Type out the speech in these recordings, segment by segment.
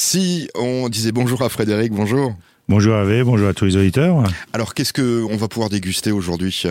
Si on disait bonjour à Frédéric, bonjour. Bonjour Hervé, bonjour à tous les auditeurs. Alors qu'est-ce qu'on va pouvoir déguster aujourd'hui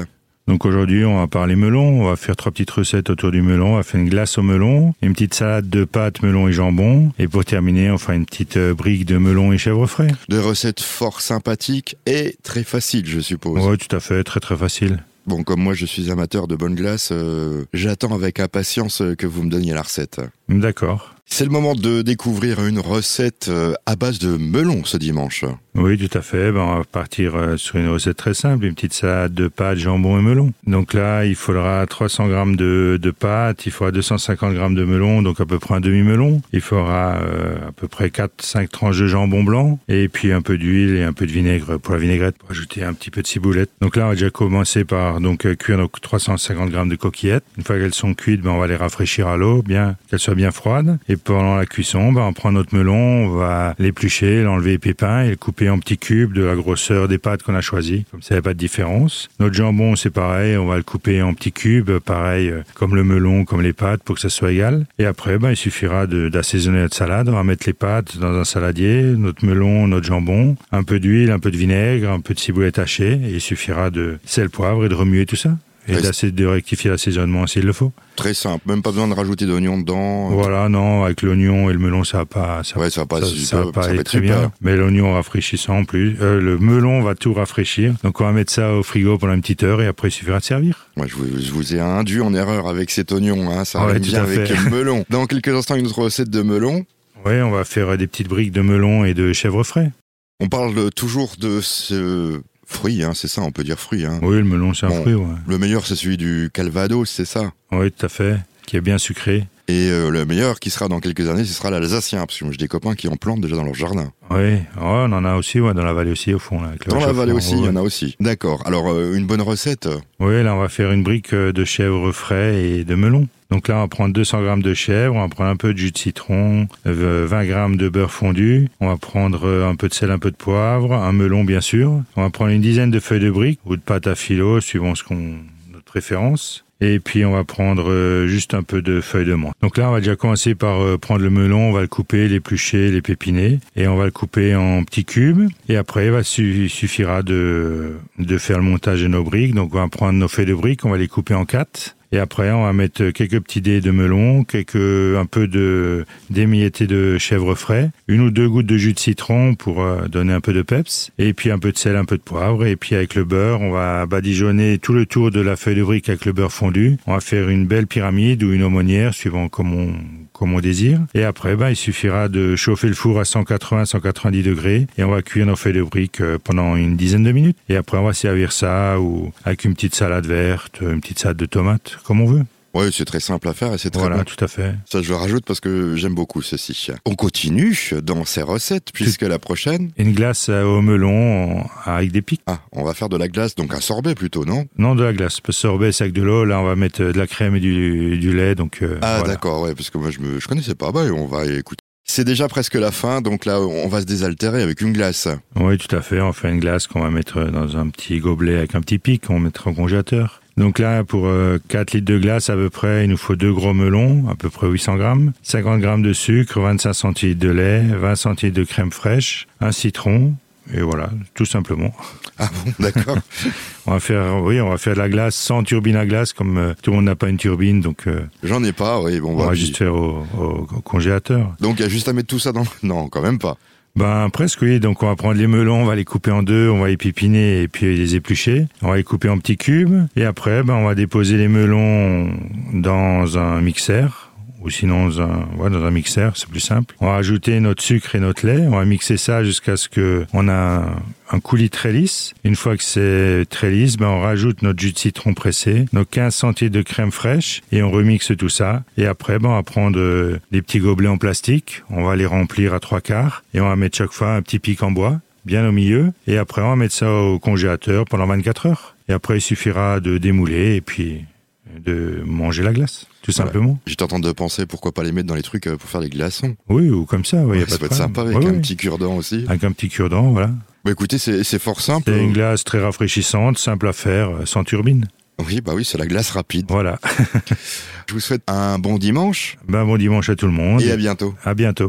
Donc aujourd'hui, on va parler melon, on va faire trois petites recettes autour du melon, on va faire une glace au melon, une petite salade de pâtes, melon et jambon, et pour terminer, on fera une petite euh, brique de melon et chèvre frais. Des recettes fort sympathiques et très faciles, je suppose. Ouais, tout à fait, très très facile. Bon, comme moi je suis amateur de bonne glace, euh, j'attends avec impatience euh, que vous me donniez la recette. D'accord. C'est le moment de découvrir une recette euh, à base de melon ce dimanche. Oui, tout à fait. Ben, on va partir euh, sur une recette très simple, une petite salade de pâtes, jambon et melon. Donc là, il faudra 300 grammes de, de pâtes, il faudra 250 grammes de melon, donc à peu près un demi-melon. Il faudra euh, à peu près 4-5 tranches de jambon blanc, et puis un peu d'huile et un peu de vinaigre pour la vinaigrette, pour ajouter un petit peu de ciboulette. Donc là, on va déjà commencer par donc euh, cuire donc 350 grammes de coquillettes. Une fois qu'elles sont cuites, ben, on va les rafraîchir à l'eau, bien qu'elles soient bien froides. Et pendant la cuisson, ben, on prend notre melon, on va l'éplucher, l'enlever les pépins et le couper en petits cubes de la grosseur des pâtes qu'on a choisies. Comme ça, il n'y a pas de différence. Notre jambon, c'est pareil, on va le couper en petits cubes, pareil, euh, comme le melon, comme les pâtes, pour que ça soit égal. Et après, ben, il suffira de- d'assaisonner notre salade. On va mettre les pâtes dans un saladier, notre melon, notre jambon, un peu d'huile, un peu de vinaigre, un peu de ciboulette hachée. Et il suffira de sel, poivre et de remuer tout ça. Et Ouais, d'assez- de rectifier l'assaisonnement s'il le faut. Très simple, même pas besoin de rajouter d'oignons dedans. Voilà, non, avec l'oignon et le melon, ça va pas, ça va Ouais, ça va pas, ça, super- ça va pas ça va aller être très super. bien. Mais l'oignon rafraîchissant en plus. Euh, le melon va tout rafraîchir. Donc on va mettre ça au frigo pendant une petite heure et après il suffira de servir. Moi, je, vous, je vous ai induit en erreur avec cet oignon, hein, ça Ouais, rime tout bien à avec fait. le melon. Dans quelques instants, une autre recette de melon. Ouais, on va faire euh, des petites briques de melon et de chèvre frais. On parle euh, toujours de ce fruit, hein, c'est ça, on peut dire fruit. Hein. Oui, le melon c'est un Bon. fruit, ouais. Le meilleur, c'est celui du Calvados, c'est ça Oui, tout à fait. Qui est bien sucré. Et euh, le meilleur qui sera dans quelques années, ce sera l'Alsacien, parce que moi, j'ai des copains qui en plantent déjà dans leur jardin. Oui, Oh, on en a aussi, ouais, dans la vallée aussi au fond. Là, avec le Dans la réchauffement. vallée aussi, hein. il y Ouais. en a aussi. D'accord, alors euh, une bonne recette Oui, là on va faire une brique euh, de chèvre frais et de melon. Donc là on va prendre 200 grammes de chèvre, on va prendre un peu de jus de citron, euh, 20 grammes de beurre fondu, on va prendre euh, un peu de sel, un peu de poivre, un melon bien sûr. On va prendre une dizaine de feuilles de brique ou de pâte à filo suivant ce qu'on notre préférence. Et puis on va prendre euh, juste un peu de feuilles de menthe. Donc là on va déjà commencer par euh, prendre le melon, on va le couper, l'éplucher, l'épépiner et on va le couper en petits cubes. Et après bah, su- il suffira de, de faire le montage de nos briques. Donc on va prendre nos feuilles de briques, on va les couper en quatre. Et après on va mettre quelques petits dés de melon, quelques un peu de d'émietté de chèvre frais, une ou deux gouttes de jus de citron pour euh, donner un peu de peps, et puis un peu de sel, un peu de poivre, et puis avec le beurre, on va badigeonner tout le tour de la feuille de brique avec le beurre fondu. On va faire une belle pyramide ou une aumônière suivant comme on comme on désire. Et après, ben, il suffira de chauffer le four à 180-190 degrés et on va cuire nos feuilles de brique euh, pendant une dizaine de minutes. Et après, on va servir ça ou avec une petite salade verte, une petite salade de tomates, comme on veut. Ouais, c'est très simple à faire et c'est très voilà, bon. tout à fait. Ça, je le rajoute parce que j'aime beaucoup ceci. On continue dans ces recettes, puisque la prochaine... Une glace euh, au melon en- avec des pics. Ah, on va faire de la glace, donc un sorbet plutôt, non Non, de la glace. Parce que Sorbet, sac de l'eau. Là, on va mettre euh, de la crème et du, du lait. Donc, euh, Ah, voilà. d'accord, ouais, parce que moi, je me, je connaissais pas. Bah, on va écouter. C'est déjà presque la fin, donc là, on va se désaltérer avec une glace. Oui, tout à fait. On fait une glace qu'on va mettre euh, dans un petit gobelet avec un petit pic. On mettra au congélateur. Donc là, pour euh, 4 litres de glace à peu près, il nous faut deux gros melons, à peu près 800 grammes, 50 grammes de sucre, 25 centilitres de lait, 20 centilitres de crème fraîche, un citron, et voilà, tout simplement. Ah bon, d'accord. On va faire, oui, on va faire de la glace sans turbine à glace, comme euh, tout le monde n'a pas une turbine, donc euh, J'en ai pas, oui, bon, on bah, va puis- juste faire au, au- au congélateur. Donc, il y a juste à mettre tout ça dans. Non, quand même pas. Ben presque oui, donc on va prendre les melons, on va les couper en deux, on va les pipiner et puis les éplucher. On va les couper en petits cubes et après ben on va déposer les melons dans un mixeur ou sinon dans un, ouais, dans un mixeur, c'est plus simple. On va ajouter notre sucre et notre lait, on va mixer ça jusqu'à ce que on a un, un coulis très lisse. Une fois que c'est très lisse, ben on rajoute notre jus de citron pressé, nos 15 centilitres de crème fraîche et on remixe tout ça. Et après, ben, on va prendre euh, des petits gobelets en plastique, on va les remplir à trois quarts et on va mettre chaque fois un petit pic en bois bien au milieu et après on va mettre ça au congélateur pendant 24 heures. Et après, il suffira de démouler et puis de manger la glace, tout Voilà. simplement. J'étais en train de penser pourquoi pas les mettre dans les trucs euh, pour faire des glaçons. Oui, ou comme ça, oui, y Ouais, a pas ça de peut être problème. sympa avec Oui, un oui. petit cure-dent aussi. Avec un petit cure-dent, voilà. Bah écoutez, c'est c'est fort simple. C'est une glace très rafraîchissante, simple à faire, euh, sans turbine. Oui, bah oui, c'est la glace rapide. Voilà. Je vous souhaite un bon dimanche Ben, bon dimanche à tout le monde. et à bientôt. À bientôt.